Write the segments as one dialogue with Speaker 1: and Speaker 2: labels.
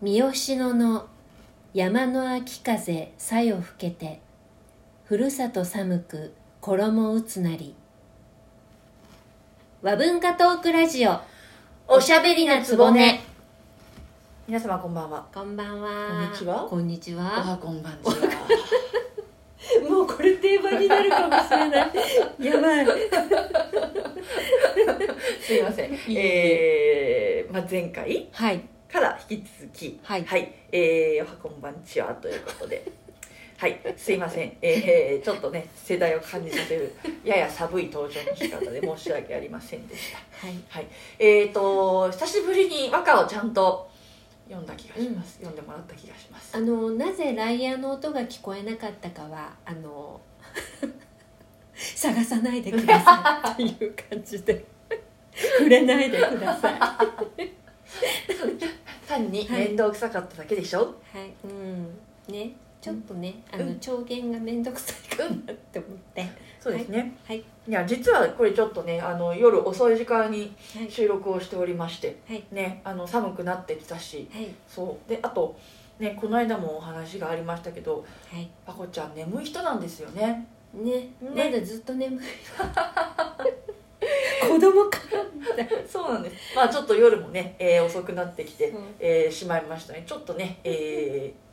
Speaker 1: 三好野の山の秋風さよ吹けてふるさと寒く衣打つなり和文化トークラジオおしゃべりなつぼね
Speaker 2: 皆様こんばんは
Speaker 1: こんばんは
Speaker 2: こんにちは
Speaker 1: こんにち
Speaker 2: お
Speaker 1: は
Speaker 2: はこんばんち は
Speaker 1: もうこれ定番になるかもしれない やばい
Speaker 2: すいません
Speaker 1: い
Speaker 2: えーまあ、前回
Speaker 1: はい
Speaker 2: から引き続き
Speaker 1: はい
Speaker 2: えーおはこんばんちはということで はいすいませんえーちょっとね世代を感じさせるやや寒い登場の仕方で申し訳ありませんでした
Speaker 1: はい
Speaker 2: えっ、と久しぶりに和歌をちゃんと読んだ気がします、読んでもらった気がします
Speaker 1: あのなぜライヤーの音が聞こえなかったかはあの 探さないでくださ いっていう感じで触れないでください。は
Speaker 2: 単に
Speaker 1: はい
Speaker 2: 面倒くさかっただけでしょ、
Speaker 1: い、うん、ね、ちょっとね、
Speaker 2: ん
Speaker 1: あ
Speaker 2: う
Speaker 1: の
Speaker 2: ん
Speaker 1: 長言が面倒くさいかなって思って、
Speaker 2: そうですね、
Speaker 1: はい、
Speaker 2: いや実はこれちょっとねあの夜遅い時間に
Speaker 1: はい、
Speaker 2: 収録をしておりまして、
Speaker 1: はい
Speaker 2: ね、あの寒くなってきたし
Speaker 1: はい、
Speaker 2: そうであと、ね、この間もお話がありましたけど
Speaker 1: はい、
Speaker 2: パコちゃん眠い人なんですよね
Speaker 1: ね、ま
Speaker 2: ね
Speaker 1: だずっと眠い。 子供か。
Speaker 2: そうなんですまあちょっと夜もね、えー遅くなってきて
Speaker 1: うん、
Speaker 2: えーしまいましたねちょっとね、えー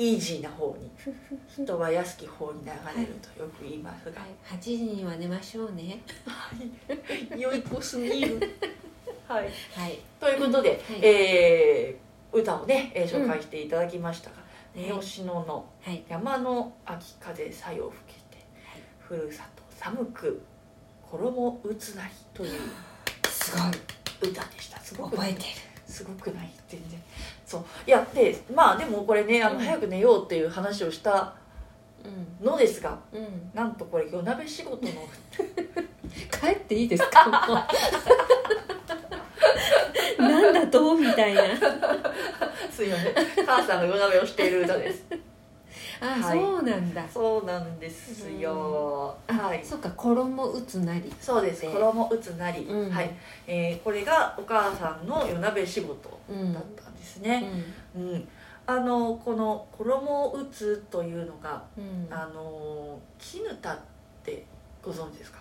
Speaker 2: イージーな方に人は安き方に流れるとよく言いますが、
Speaker 1: 八時には寝ましょうね。
Speaker 2: 良い子すぎるはい
Speaker 1: はい、
Speaker 2: ということで、えー歌をねえー紹介していただきましたが「
Speaker 1: うん
Speaker 2: 三好野の
Speaker 1: はい、
Speaker 2: 山の秋風さよ吹けて、
Speaker 1: はい
Speaker 2: ふるさと寒く衣打つなり」という
Speaker 1: すご
Speaker 2: 歌 でしたすご
Speaker 1: い
Speaker 2: く
Speaker 1: 覚えてる。
Speaker 2: すごくない全然そういやでまあでもこれねあ
Speaker 1: う
Speaker 2: の
Speaker 1: ん
Speaker 2: 早く寝ようっていう話をした
Speaker 1: うん、
Speaker 2: のですが
Speaker 1: うん。
Speaker 2: なんとこれ夜鍋仕 事の
Speaker 1: 帰っていいですか なんだとみたいな
Speaker 2: すいません母さんが夜鍋をしている歌です
Speaker 1: あ、
Speaker 2: はい
Speaker 1: そうなんだ
Speaker 2: そうなんですよはい
Speaker 1: そっか衣打つなり
Speaker 2: そうです
Speaker 1: で
Speaker 2: 衣打つなり、
Speaker 1: うん
Speaker 2: はいえーこれがお母さんの夜鍋仕事
Speaker 1: うん
Speaker 2: だったんですね、うんあのこの衣打つというのが、
Speaker 1: うん
Speaker 2: あの絹田ってご存知ですか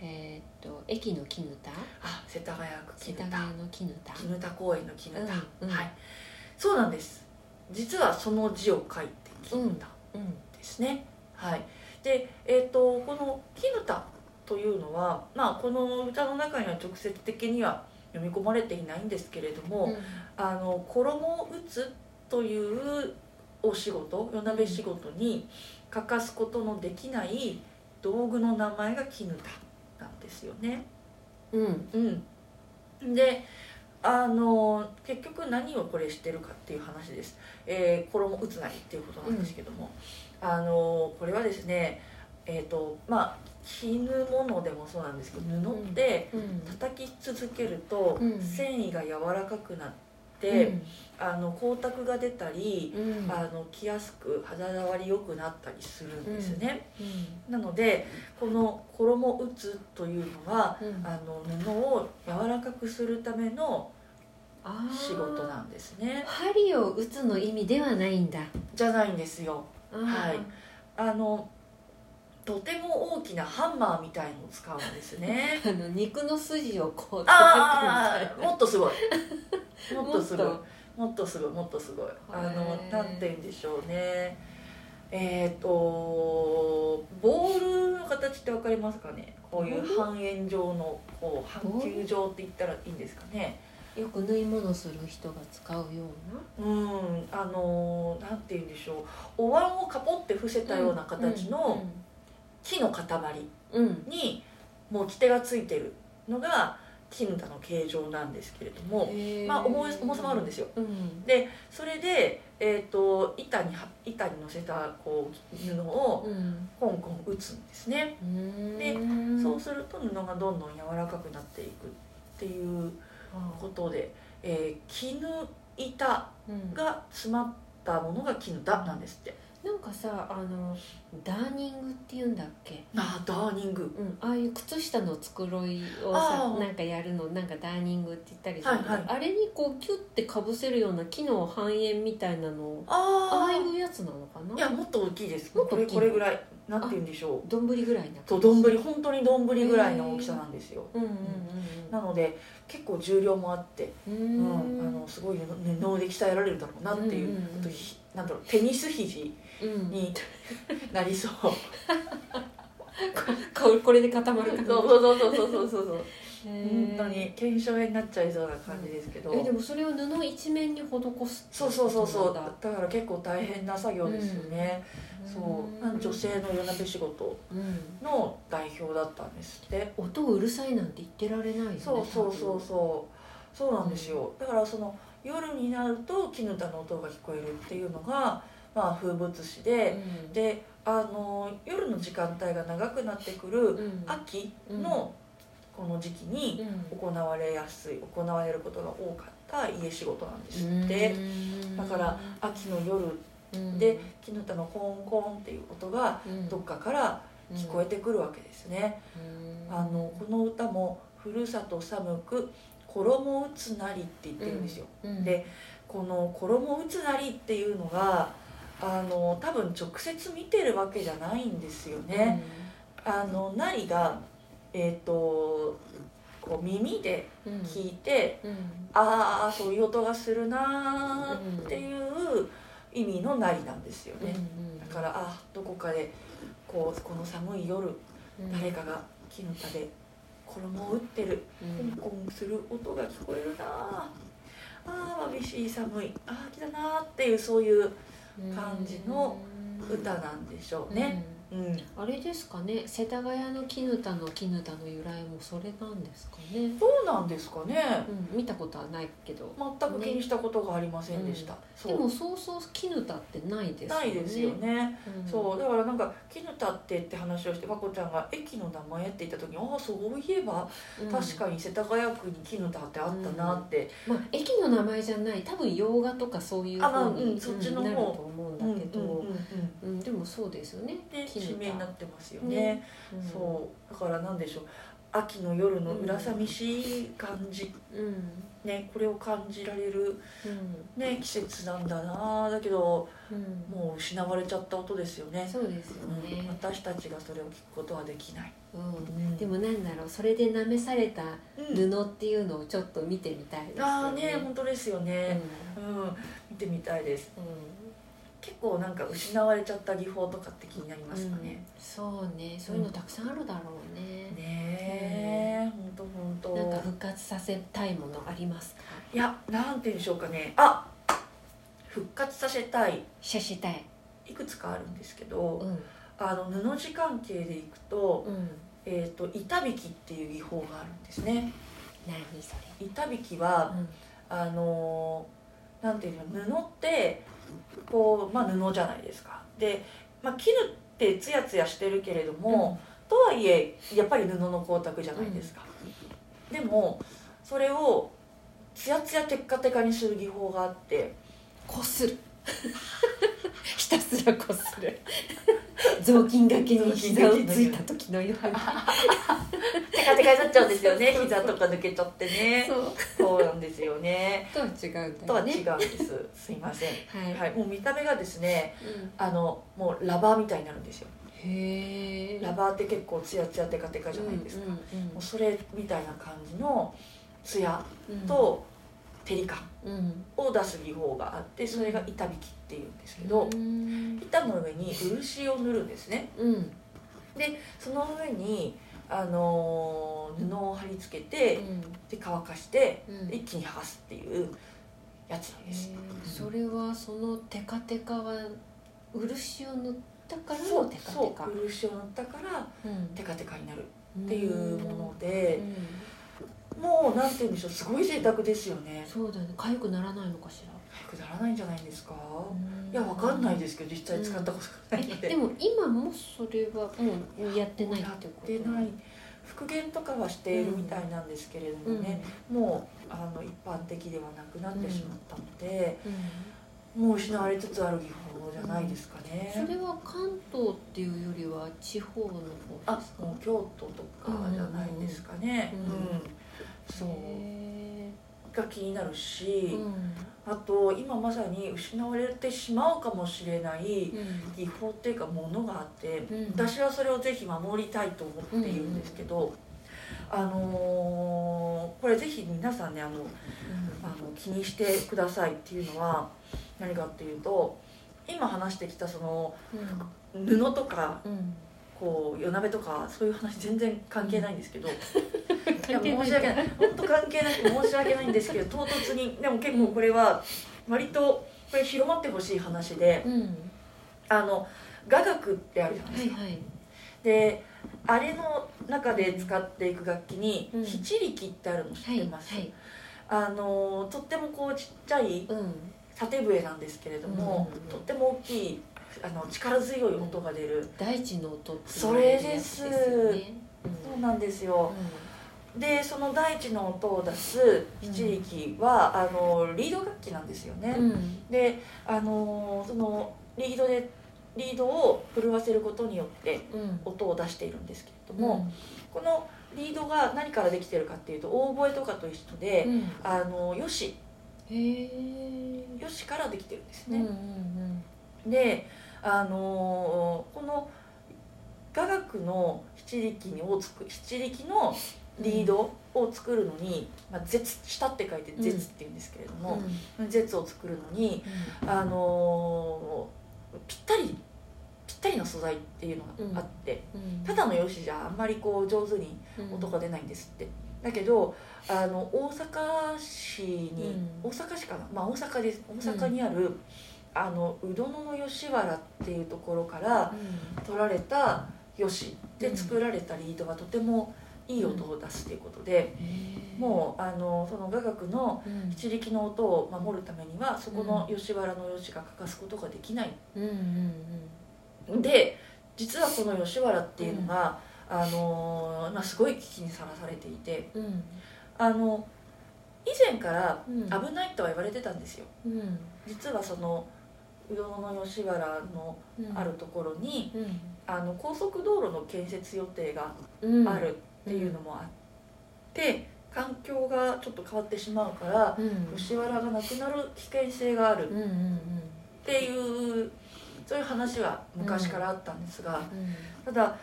Speaker 1: えーっと駅の絹田
Speaker 2: あ世田谷区
Speaker 1: 世
Speaker 2: 絹
Speaker 1: 田
Speaker 2: 田
Speaker 1: 谷の絹田
Speaker 2: 絹田公園の絹田、
Speaker 1: うんうん
Speaker 2: はいそうなんです実はその字を書いて絹田
Speaker 1: うん
Speaker 2: ですね、はいでえっ、とこの「絹田」というのはまあこの歌の中には直接的には読み込まれていないんですけれども、
Speaker 1: うん
Speaker 2: あの衣を打つというお仕事夜鍋仕事に欠かすことのできない道具の名前が絹田なんですよね。
Speaker 1: うん
Speaker 2: うん、であの結局何をこれしてるかっていう話です、えー、衣打つなりっていうことなんですけども、あのこれはですねえっ、とまあ絹物でもそうなんですけど布って
Speaker 1: うん
Speaker 2: 叩き続けると
Speaker 1: うん
Speaker 2: 繊維が柔らかくなって、
Speaker 1: うん
Speaker 2: あの光沢が出たり、
Speaker 1: うん
Speaker 2: あの着やすく肌触り良くなったりするんですね、
Speaker 1: うん
Speaker 2: なのでこの衣打つというのは
Speaker 1: うん
Speaker 2: あの布を柔らかくするための
Speaker 1: あー
Speaker 2: 仕事なんですね
Speaker 1: 針を打つの意味ではないんだ
Speaker 2: じゃないんですよ
Speaker 1: あー
Speaker 2: あのとても大きなハンマーみたいのを使うんです ね
Speaker 1: あの肉の筋をこう叩くみたい
Speaker 2: あ
Speaker 1: な
Speaker 2: あもっとす ごいもっとすごい
Speaker 1: もっ
Speaker 2: もっとすごいもっとすごいあの
Speaker 1: へー
Speaker 2: なんて言うんでしょうねえっ、とボールの形ってわかりますかねこうい
Speaker 1: ボ
Speaker 2: う
Speaker 1: ール
Speaker 2: 半円状のこう半球状って言ったらいいんですかね
Speaker 1: よく縫い物する人が使うような
Speaker 2: うん、あのーなんて言うんでしょうお椀をかぽって伏せたような形の木の塊
Speaker 1: うんうん
Speaker 2: に持ち手がついてるのが金太の形状なんですけれども、まあ、重い重さもあるんですすよ
Speaker 1: うん
Speaker 2: それで、えー、と板には板に乗せたこう布を
Speaker 1: うん
Speaker 2: コンコン打つんですね、
Speaker 1: うん
Speaker 2: で
Speaker 1: ん
Speaker 2: そうすると布がどんどん柔らかくなっていくっていうことで、えー絹板
Speaker 1: うん
Speaker 2: が詰まったものが絹だなんですって
Speaker 1: なんかさあのダーニングっていうんだっけ
Speaker 2: あダーニング
Speaker 1: うん、ああいう靴下の繕いをさ
Speaker 2: あー
Speaker 1: なんかやるのなんかダーニングって言ったりする、
Speaker 2: はいはい
Speaker 1: あれにこうキュッてかぶせるような木の半円みたいなのをあ
Speaker 2: あ
Speaker 1: あい
Speaker 2: あ
Speaker 1: うやつなのかない
Speaker 2: やもっと大きいです
Speaker 1: もっと
Speaker 2: こ
Speaker 1: 大
Speaker 2: れ
Speaker 1: きい
Speaker 2: これぐらいなんて言うんでしょ
Speaker 1: どんぶりぐらいな
Speaker 2: う
Speaker 1: 感
Speaker 2: と
Speaker 1: じ
Speaker 2: 丼本当に丼ぐらいの大きさなんですよ
Speaker 1: うんうん
Speaker 2: なので結構重量もあって、
Speaker 1: うんう
Speaker 2: うんんあのすごいねね能で鍛えられるだろうなっていう、
Speaker 1: うんうんうん
Speaker 2: あとひなんだろうテニス肘
Speaker 1: うん
Speaker 2: になり そう
Speaker 1: ここれで固まる
Speaker 2: そ
Speaker 1: 感
Speaker 2: う
Speaker 1: じ
Speaker 2: そうそうそうそうそうそう
Speaker 1: へー
Speaker 2: 本当に腱鞘炎になっちゃいそうな感じですけど、
Speaker 1: えでもそれを布一面に施す
Speaker 2: そうそうそうそう
Speaker 1: だ
Speaker 2: だから結構大変な作業ですよね、そうなん女性の夜鍋仕事
Speaker 1: うん
Speaker 2: の代表だったんですって
Speaker 1: 音うるさいなんて言ってられないよね
Speaker 2: そうそうそうそうそうなんですよ、だからその夜になると絹田の音が聞こえるっていうのが、まあ、風物詩
Speaker 1: 多
Speaker 2: で、
Speaker 1: 分
Speaker 2: であの夜の時間帯が長くなってくる
Speaker 1: うんうん
Speaker 2: 秋のこの時期に行われやすい行われることが多かった家仕事なんですって、
Speaker 1: うん
Speaker 2: だから秋の夜で絹田のコンコンっていう音がどっかから聞こえてくるわけですね、あのこの歌も「ふるさと寒く衣打つなり」って言ってるんですよ。でこの「衣打つなり」っていうのがあの多分直接見てるわけじゃないんですよね。あのなりがえっ、とこう耳で聞いて、ああそういう音がするなーっていう意味のなりなんですよね。だからあどこかでこうこの寒い夜誰かが木の田で衣を打ってるコンコンする音が聞こえるなああー眩しい寒いあー秋だなあっていうそういう感じの歌なんでしょうね。うん、
Speaker 1: あれですかね世田谷の絹田の絹田の由来もそれなんですかね
Speaker 2: どうなんですかね
Speaker 1: うん見たことはないけど
Speaker 2: 全く気にしたことがありませんでした、
Speaker 1: で
Speaker 2: そ
Speaker 1: もそうそう絹田ってないです
Speaker 2: う
Speaker 1: よ
Speaker 2: な
Speaker 1: ね
Speaker 2: いですよね、
Speaker 1: うん
Speaker 2: そうだからなんか「絹田って」って話をしてまこちゃんが駅の名前って言った時にああそういえば
Speaker 1: うん
Speaker 2: 確かに世田谷区に絹田ってあったなって、
Speaker 1: まあ、駅の名前じゃない多分洋画とかそういう
Speaker 2: あまあ
Speaker 1: 方に、
Speaker 2: うんそっちの方
Speaker 1: なると思うんだけど、うん
Speaker 2: うんうんうん
Speaker 1: でもそうですよね
Speaker 2: で
Speaker 1: 絹
Speaker 2: 地
Speaker 1: 田
Speaker 2: 名になってますよ
Speaker 1: ね
Speaker 2: ね
Speaker 1: うん
Speaker 2: そうだからなんでしょう秋の夜の裏寂しい感じ、
Speaker 1: うん、うん
Speaker 2: ね、これを感じられる、ね、季節なんだなだけど
Speaker 1: うん
Speaker 2: もう失われちゃった音ですよね、
Speaker 1: そうですよ
Speaker 2: うん、
Speaker 1: ね、
Speaker 2: 私たちがそれを聞くことはできない、
Speaker 1: うん
Speaker 2: うん
Speaker 1: でもなんだろうそれで舐めされた
Speaker 2: うん
Speaker 1: 布っていうのをちょっと見てみたいです
Speaker 2: ああ
Speaker 1: よ
Speaker 2: ね
Speaker 1: ね。
Speaker 2: 本当ですよね、うん見てみたいです
Speaker 1: うん
Speaker 2: 結構なんか失われちゃった技法とかって気になり
Speaker 1: う
Speaker 2: ます
Speaker 1: ん
Speaker 2: かね、
Speaker 1: そうねそういうのたくさんあるだろうね、
Speaker 2: ねえ本当本当
Speaker 1: なんか復活させたいものありますか
Speaker 2: いやなんて言うんでしょうかねあ復活させたい
Speaker 1: シャシたい、
Speaker 2: いくつかあるんですけど、
Speaker 1: うん
Speaker 2: あの布地関係でいくと,、
Speaker 1: うん、
Speaker 2: えー、と板引きっていう技法があるんですね
Speaker 1: 何それ、
Speaker 2: 板引きはあのーなんていうの布ってこう、まあ、布じゃないですかで、まあ、絹ってツヤツヤしてるけれども、とはいえやっぱり布の光沢じゃないですか、でもそれをツヤツヤテッカテカにする技法があって
Speaker 1: こする ひたすらこする雑巾がけに膝をついた時のように
Speaker 2: テカテカになっちゃうんです よね膝とか抜けちゃってね
Speaker 1: そう
Speaker 2: そうなんですよね
Speaker 1: とは違うん
Speaker 2: と
Speaker 1: だ
Speaker 2: は
Speaker 1: よ
Speaker 2: 違
Speaker 1: ね
Speaker 2: うんですすいません
Speaker 1: はい、
Speaker 2: はい、もう見た目がですね
Speaker 1: うん
Speaker 2: あのもうラバーみたいになるんですよ
Speaker 1: へえ
Speaker 2: ラバーって結構ツヤツヤテカテカじゃないですか、
Speaker 1: うん
Speaker 2: もうそれみたいな感じのツヤ
Speaker 1: うんうん、
Speaker 2: と照り感
Speaker 1: うん、
Speaker 2: を出す技法があってそれが板引きっていうんですけど、
Speaker 1: うん
Speaker 2: 板の上に漆を塗るんですね
Speaker 1: うん
Speaker 2: その上に、あのー布を貼り付けてで乾かして
Speaker 1: うん
Speaker 2: 一気に剥がすっていうやつなん
Speaker 1: へ
Speaker 2: です、
Speaker 1: ーそれはそのテカテカは漆を塗ったから
Speaker 2: そ
Speaker 1: の
Speaker 2: う
Speaker 1: テカ
Speaker 2: そ
Speaker 1: テ
Speaker 2: う
Speaker 1: カ
Speaker 2: 漆を塗ったからテカテカになる
Speaker 1: うん
Speaker 2: っていうもので、
Speaker 1: うん
Speaker 2: もうなんて言うんでしょうすごい贅沢ですよね
Speaker 1: そうだよね痒くならないのかしら
Speaker 2: くだらないんじゃないんですか、
Speaker 1: うん
Speaker 2: いやわかんないですけど実際使ったことがないので、
Speaker 1: でも今もそれはもうやってないっ
Speaker 2: や
Speaker 1: てこ
Speaker 2: っ
Speaker 1: と
Speaker 2: てない復元とかはしているみたいなんですけれどもね、もうあの一般的ではなくなってしまったので、
Speaker 1: うん
Speaker 2: もう失われつつある技法じゃないですかね、
Speaker 1: それは関東っていうよりは地方の方
Speaker 2: あ
Speaker 1: ですか
Speaker 2: もう京都とかじゃないですかね、
Speaker 1: うんうんうん
Speaker 2: うんそう
Speaker 1: へ
Speaker 2: が気になる
Speaker 1: ー
Speaker 2: し、
Speaker 1: うん
Speaker 2: あと今まさに失われてしまうかもしれない
Speaker 1: うん
Speaker 2: 技法っていうかものがあって、
Speaker 1: うん
Speaker 2: 私はそれをぜひ守りたいと思っているんですけど、あのーこれぜひ皆さんねあのあの気にしてくださいっていうのは何かっていうと今話してきたその
Speaker 1: う
Speaker 2: 布とか
Speaker 1: んうん
Speaker 2: こう夜鍋とかそういう話全然関係ないんですけどいや
Speaker 1: 関係な
Speaker 2: 申
Speaker 1: い
Speaker 2: し
Speaker 1: か
Speaker 2: 訳ない本当関係なく申し訳ないんですけど唐突にでも結構これは割とこれ広まってほしい話で
Speaker 1: うん
Speaker 2: あの雅楽ってあるじゃない
Speaker 1: は
Speaker 2: です
Speaker 1: い
Speaker 2: か。
Speaker 1: はい
Speaker 2: であれの中で使っていく楽器に
Speaker 1: うん
Speaker 2: 七力ってあるの知
Speaker 1: は
Speaker 2: って
Speaker 1: い
Speaker 2: ます、
Speaker 1: はい
Speaker 2: あのとってもこうちっちゃい
Speaker 1: うん
Speaker 2: 縦笛なんですけれども、
Speaker 1: うん
Speaker 2: とっても大きいあの力強い音が出る、
Speaker 1: 大地の音って
Speaker 2: それです
Speaker 1: 言われるやつですよね
Speaker 2: そうなんですよでその大地の音を出す七力は、あのリード楽器なんですよね、
Speaker 1: うんうん
Speaker 2: であのそのリードでリードを震わせることによって
Speaker 1: うん
Speaker 2: 音を出しているんですけれども、このリードが何からできてるかっていうとオーボエとかと一緒で、
Speaker 1: うん
Speaker 2: あのよし
Speaker 1: へえ
Speaker 2: よしからできてるんです
Speaker 1: うんうん
Speaker 2: ね、であのーこの雅楽の七力にをつく七力のリードを作るのに「まあ、絶下」って書いて「絶」って言うんですけれど
Speaker 1: うん
Speaker 2: も「絶」を作るのにあのーぴったりぴったりの素材っていうのがあって、
Speaker 1: うん
Speaker 2: ただのよしじゃあんまりこう上手に音が出ないんですってだけどあの大阪市に、
Speaker 1: うん
Speaker 2: 大阪市かな、まあ、大阪です大阪にある、あのうどのの吉原っていうところから
Speaker 1: う
Speaker 2: 取られた吉で作られたリードがとてもいい音を出すということで、
Speaker 1: んへー
Speaker 2: もうあのその雅楽の
Speaker 1: うん
Speaker 2: 一力の音を守るためにはそこの吉原の吉が欠かすことができない
Speaker 1: うんうん
Speaker 2: で実はこの吉原っていうのが、あのーまあ、すごい危機にさらされていて。
Speaker 1: うんうん
Speaker 2: あの以前から
Speaker 1: うん
Speaker 2: 危ないとは言われてたんですよ
Speaker 1: うん
Speaker 2: 実はその鵜殿の吉原の
Speaker 1: うん
Speaker 2: あるところに、
Speaker 1: うん
Speaker 2: あの高速道路の建設予定が
Speaker 1: うん
Speaker 2: あるっていうのもあって、環境がちょっと変わってしまうから
Speaker 1: うん
Speaker 2: 吉原がなくなる危険性がある
Speaker 1: うんうん
Speaker 2: っていうそういう話は昔からあったんですが、ただ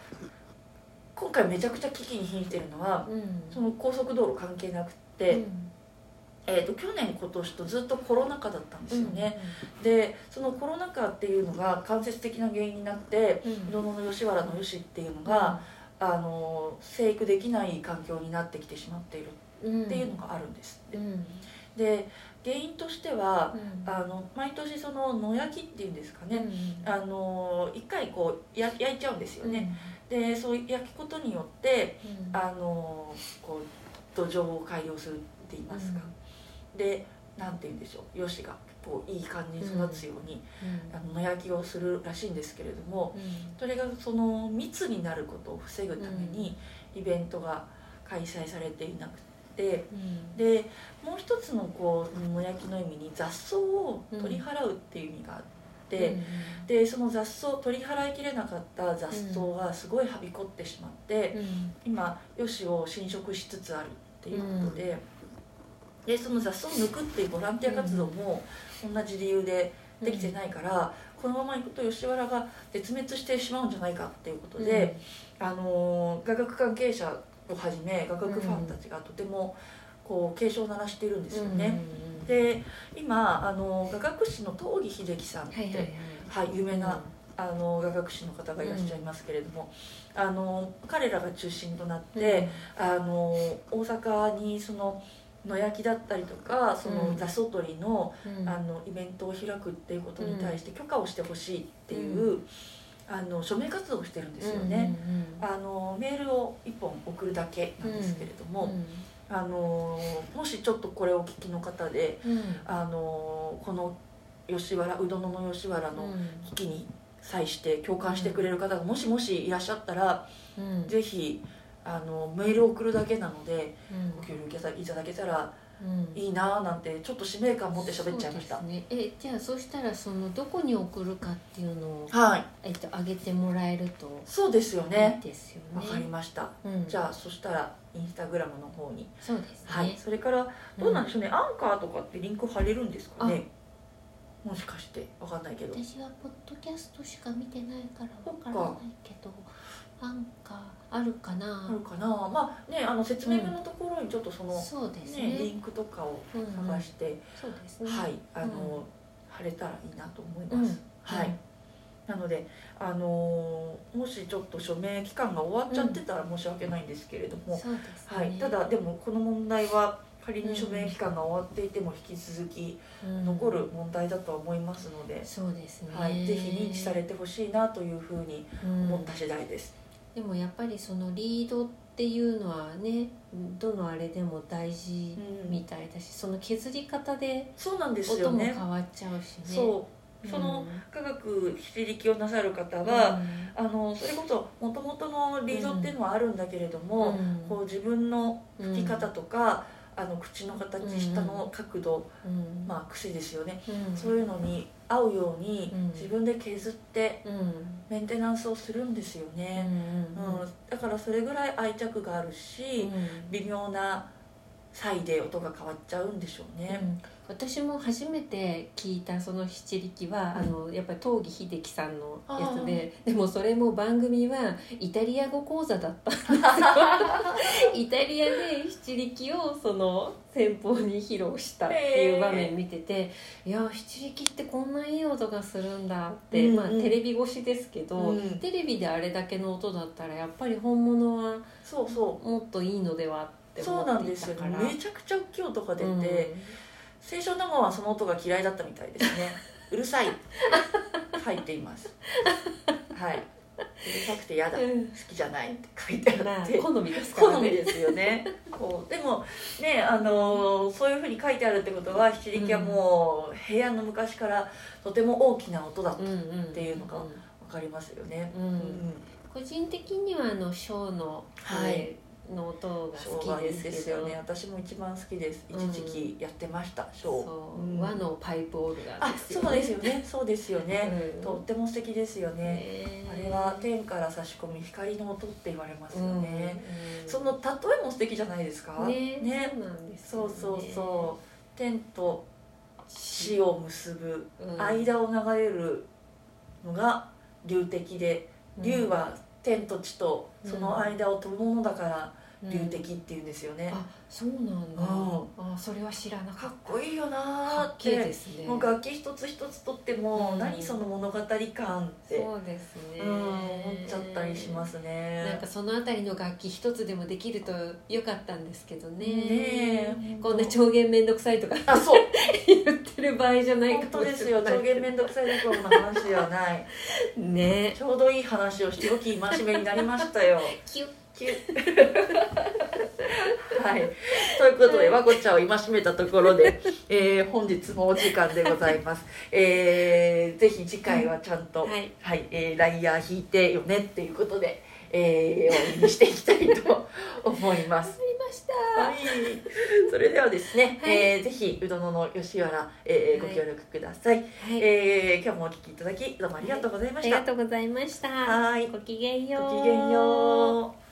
Speaker 2: 今回めちゃくちゃ危機に瀕しているのは
Speaker 1: うんうん
Speaker 2: その高速道路関係なくって。えー、と去年今年とずっとコロナ禍だったんですよね、でそのコロナ禍っていうのが間接的な原因になって
Speaker 1: うん
Speaker 2: 子供の吉原の吉っていうのが、あの生育できない環境になってきてしまっている
Speaker 1: うん
Speaker 2: っていうのがあるんです、
Speaker 1: うん
Speaker 2: で原因としては
Speaker 1: うん
Speaker 2: あの毎年その野焼きっていうんですか
Speaker 1: うん
Speaker 2: ね、あの一回こうや焼いちゃうんですよね、でそう焼くことによって
Speaker 1: うん
Speaker 2: あのこう土壌を改良するって言いますか、でなんて言うんでしょうよしがこういい感じに育つように、
Speaker 1: うん
Speaker 2: あの野焼きをするらしいんですけれども
Speaker 1: うん
Speaker 2: それがその密になることを防ぐためにイベントが開催されていなくて
Speaker 1: うん
Speaker 2: でもう一つのこう野焼きの意味に雑草を取り払うっていう意味があって。でその雑草取り払いきれなかった雑草がすごいはびこってしまって、
Speaker 1: うん
Speaker 2: 今よしを侵食しつつあるっていうことで,、でその雑草を抜くっていうボランティア活動も同じ理由でできてないから、このままいくと吉原が絶滅してしまうんじゃないかっていうことで、あのー雅楽関係者をはじめ雅楽ファンたちがとてもこう警鐘を鳴らしているんですよね。
Speaker 1: うん
Speaker 2: で今あの雅楽師の東儀秀樹さんって、
Speaker 1: は
Speaker 2: はいい
Speaker 1: はいはい
Speaker 2: 有名なあの雅楽師の方がいらっしゃいますけれども、あの彼らが中心となって。あの大阪にその野焼きだったりとかその
Speaker 1: うん
Speaker 2: 雑草取りの,、
Speaker 1: うん
Speaker 2: あのイベントを開くっていうことに対して許可をしてほしいっていう、あの署名活動をしてるんですよね、あのメールを1本送るだけなんですけれど
Speaker 1: うんうん
Speaker 2: も、あのもしちょっとこれをお聞きの方で
Speaker 1: うん
Speaker 2: あのこの吉原うどのの吉原の危機に際して共感してくれる方がもしもしいらっしゃったら
Speaker 1: うんうん
Speaker 2: ぜひあのメールを送るだけなので
Speaker 1: うん
Speaker 2: ご協力いただけたら
Speaker 1: うん
Speaker 2: いいなーなんてちょっと使命感持って喋っちゃいました、
Speaker 1: そうですねえじゃあそしたらそのどこに送るかっていうのを、
Speaker 2: はい
Speaker 1: えっと、上げてもらえると
Speaker 2: そうですよ
Speaker 1: いい
Speaker 2: ね
Speaker 1: ですよ
Speaker 2: わ、
Speaker 1: ね
Speaker 2: かりました
Speaker 1: うん、
Speaker 2: じゃあそしたらインスタグラムの方に、
Speaker 1: そうですね、
Speaker 2: はいそれからどうなんでしょうね、アンカーとかってリンク貼れるんですかねもしかしてわかんないけど
Speaker 1: 私はポッドキャストしか見てないから
Speaker 2: そ
Speaker 1: わ
Speaker 2: っ
Speaker 1: か
Speaker 2: から
Speaker 1: ないけどアンカーあるか
Speaker 2: あ
Speaker 1: な
Speaker 2: るかなまあねあの説明文のところにちょっとその、
Speaker 1: そうですね
Speaker 2: ねリンクとかを
Speaker 1: うんうん
Speaker 2: 探して、
Speaker 1: そうですね
Speaker 2: はいあの、
Speaker 1: う
Speaker 2: 貼れたらいいなと思います、
Speaker 1: うん
Speaker 2: はい、なのであのーもしちょっと署名期間が終わっちゃってたら申し訳ないんですけれども、
Speaker 1: そうですね
Speaker 2: はい、ただでもこの問題は仮に署名期間が終わっていても引き続き
Speaker 1: うん
Speaker 2: 残る問題だとは思いますので、
Speaker 1: そうですね、
Speaker 2: はい、ぜひ認知されてほしいなというふうに
Speaker 1: うん
Speaker 2: 思った次第です。
Speaker 1: でもやっぱりそのリードっていうのはねどのあれでも大事
Speaker 2: うん
Speaker 1: みたいだし、その削り方で
Speaker 2: そうなんですよ
Speaker 1: 音も
Speaker 2: ね
Speaker 1: 変わっちゃうしね
Speaker 2: そうその科学非理力をなさる方は、あのそれこそもともとのリードっていうのはあるんだけれども、こう自分の
Speaker 1: う
Speaker 2: 吹き方とか、あの口の形下の角度、
Speaker 1: あ、
Speaker 2: まあ癖ですよね、
Speaker 1: うん
Speaker 2: そういうのに合うように
Speaker 1: うん
Speaker 2: 自分で削って
Speaker 1: うん
Speaker 2: メンテナンスをするんですよ
Speaker 1: うん
Speaker 2: ね、うんだからそれぐらい愛着があるし、
Speaker 1: うん
Speaker 2: 微妙な際で音が変わっちゃうんでしょうね
Speaker 1: う、ん私も初めて聞いたその七力は、
Speaker 2: うん
Speaker 1: あのやっぱり東儀秀樹さんのやつででもそれも番組はイタリア語講座だったんです よイタリアで七力をその先方に披露したっていう場面見てて、いや七力ってこんないい音がするんだって、
Speaker 2: うんうん
Speaker 1: まあ、テレビ越しですけど、
Speaker 2: うん
Speaker 1: テレビであれだけの音だったらやっぱり本物は
Speaker 2: そうそ
Speaker 1: もっといいのではって
Speaker 2: うそうな
Speaker 1: 思っ
Speaker 2: ん
Speaker 1: て
Speaker 2: で
Speaker 1: い
Speaker 2: す
Speaker 1: た
Speaker 2: よ
Speaker 1: から。
Speaker 2: めちゃくちゃ大きい音が出て、
Speaker 1: うん
Speaker 2: 清少納言はその音が嫌いだったみたいです ねうるさい書いていますはいうるさくて嫌だ好
Speaker 1: うん
Speaker 2: きじゃないって書いてあ
Speaker 1: まあ
Speaker 2: って
Speaker 1: 好みですからね
Speaker 2: 好みですよねこうでもねあのーそういうふうに書いてあるってことは七力はもう平安の昔からとても大きな音だと
Speaker 1: うん
Speaker 2: 分
Speaker 1: うん
Speaker 2: っていうのがかりますよね、
Speaker 1: うん個人的にはあのショーの
Speaker 2: はい
Speaker 1: えーの音が
Speaker 2: 昭
Speaker 1: 好
Speaker 2: 和
Speaker 1: き
Speaker 2: い
Speaker 1: で
Speaker 2: いですす
Speaker 1: け
Speaker 2: よ
Speaker 1: ど
Speaker 2: ね私も一番好きです
Speaker 1: うん
Speaker 2: 一時期やってましたショー
Speaker 1: そう
Speaker 2: うん
Speaker 1: 和のパイプオルガ
Speaker 2: あ
Speaker 1: ンですよ
Speaker 2: そうですよねそうですよね、
Speaker 1: うん
Speaker 2: とっても素敵ですよね、
Speaker 1: ね
Speaker 2: あれは天から差し込み光の音って言われますよね、
Speaker 1: うん
Speaker 2: その例えも素敵じゃないですか
Speaker 1: ねそうなんです
Speaker 2: そ
Speaker 1: よ
Speaker 2: う
Speaker 1: ね
Speaker 2: そうそう天と死を結ぶ
Speaker 1: うん
Speaker 2: 間を流れるのが流滴で流は天と地とその間を飛ぶものだから
Speaker 1: うん
Speaker 2: 流滴っていうんですよね、
Speaker 1: あそうなんだ
Speaker 2: うん
Speaker 1: あそれは知らなか
Speaker 2: か
Speaker 1: っ
Speaker 2: っこいいよ
Speaker 1: た
Speaker 2: なー
Speaker 1: かっ
Speaker 2: っ
Speaker 1: けえで
Speaker 2: て
Speaker 1: すね
Speaker 2: もう楽器一つ一つとっても
Speaker 1: うん
Speaker 2: 何その物語感って
Speaker 1: そうですね
Speaker 2: うん思っちゃったりしますね
Speaker 1: なんかそのあたりの楽器一つでもできるとよかったんですけどね
Speaker 2: ねえ
Speaker 1: こんな長弦めんどくさいとか
Speaker 2: あ そう
Speaker 1: 言ってる場合じゃない
Speaker 2: 本
Speaker 1: か
Speaker 2: 当
Speaker 1: もしれ
Speaker 2: で
Speaker 1: ない
Speaker 2: すよ上限面倒くさいどころの話ではない
Speaker 1: ね
Speaker 2: ちょうどいい話をしておき真面目になりましたよ
Speaker 1: キュッ
Speaker 2: キュッ はいということで和子ちゃんを戒めたところで、えー本日もお時間でございますえーぜひ次回はちゃんと、
Speaker 1: はい
Speaker 2: はい、えーライヤー引いてよねっていうことで、えー終わりにしていきたいと思いま
Speaker 1: あ
Speaker 2: す
Speaker 1: りました
Speaker 2: はい、それではですね、
Speaker 1: はい
Speaker 2: えーぜひうどのの吉原、えー
Speaker 1: はい
Speaker 2: ご協力ください、
Speaker 1: はい、
Speaker 2: えー今日もお聞きいただきどうもありがとうございま
Speaker 1: あ
Speaker 2: し
Speaker 1: り
Speaker 2: た、
Speaker 1: がとうございました
Speaker 2: はい
Speaker 1: ごきげんよう
Speaker 2: ごきげんよう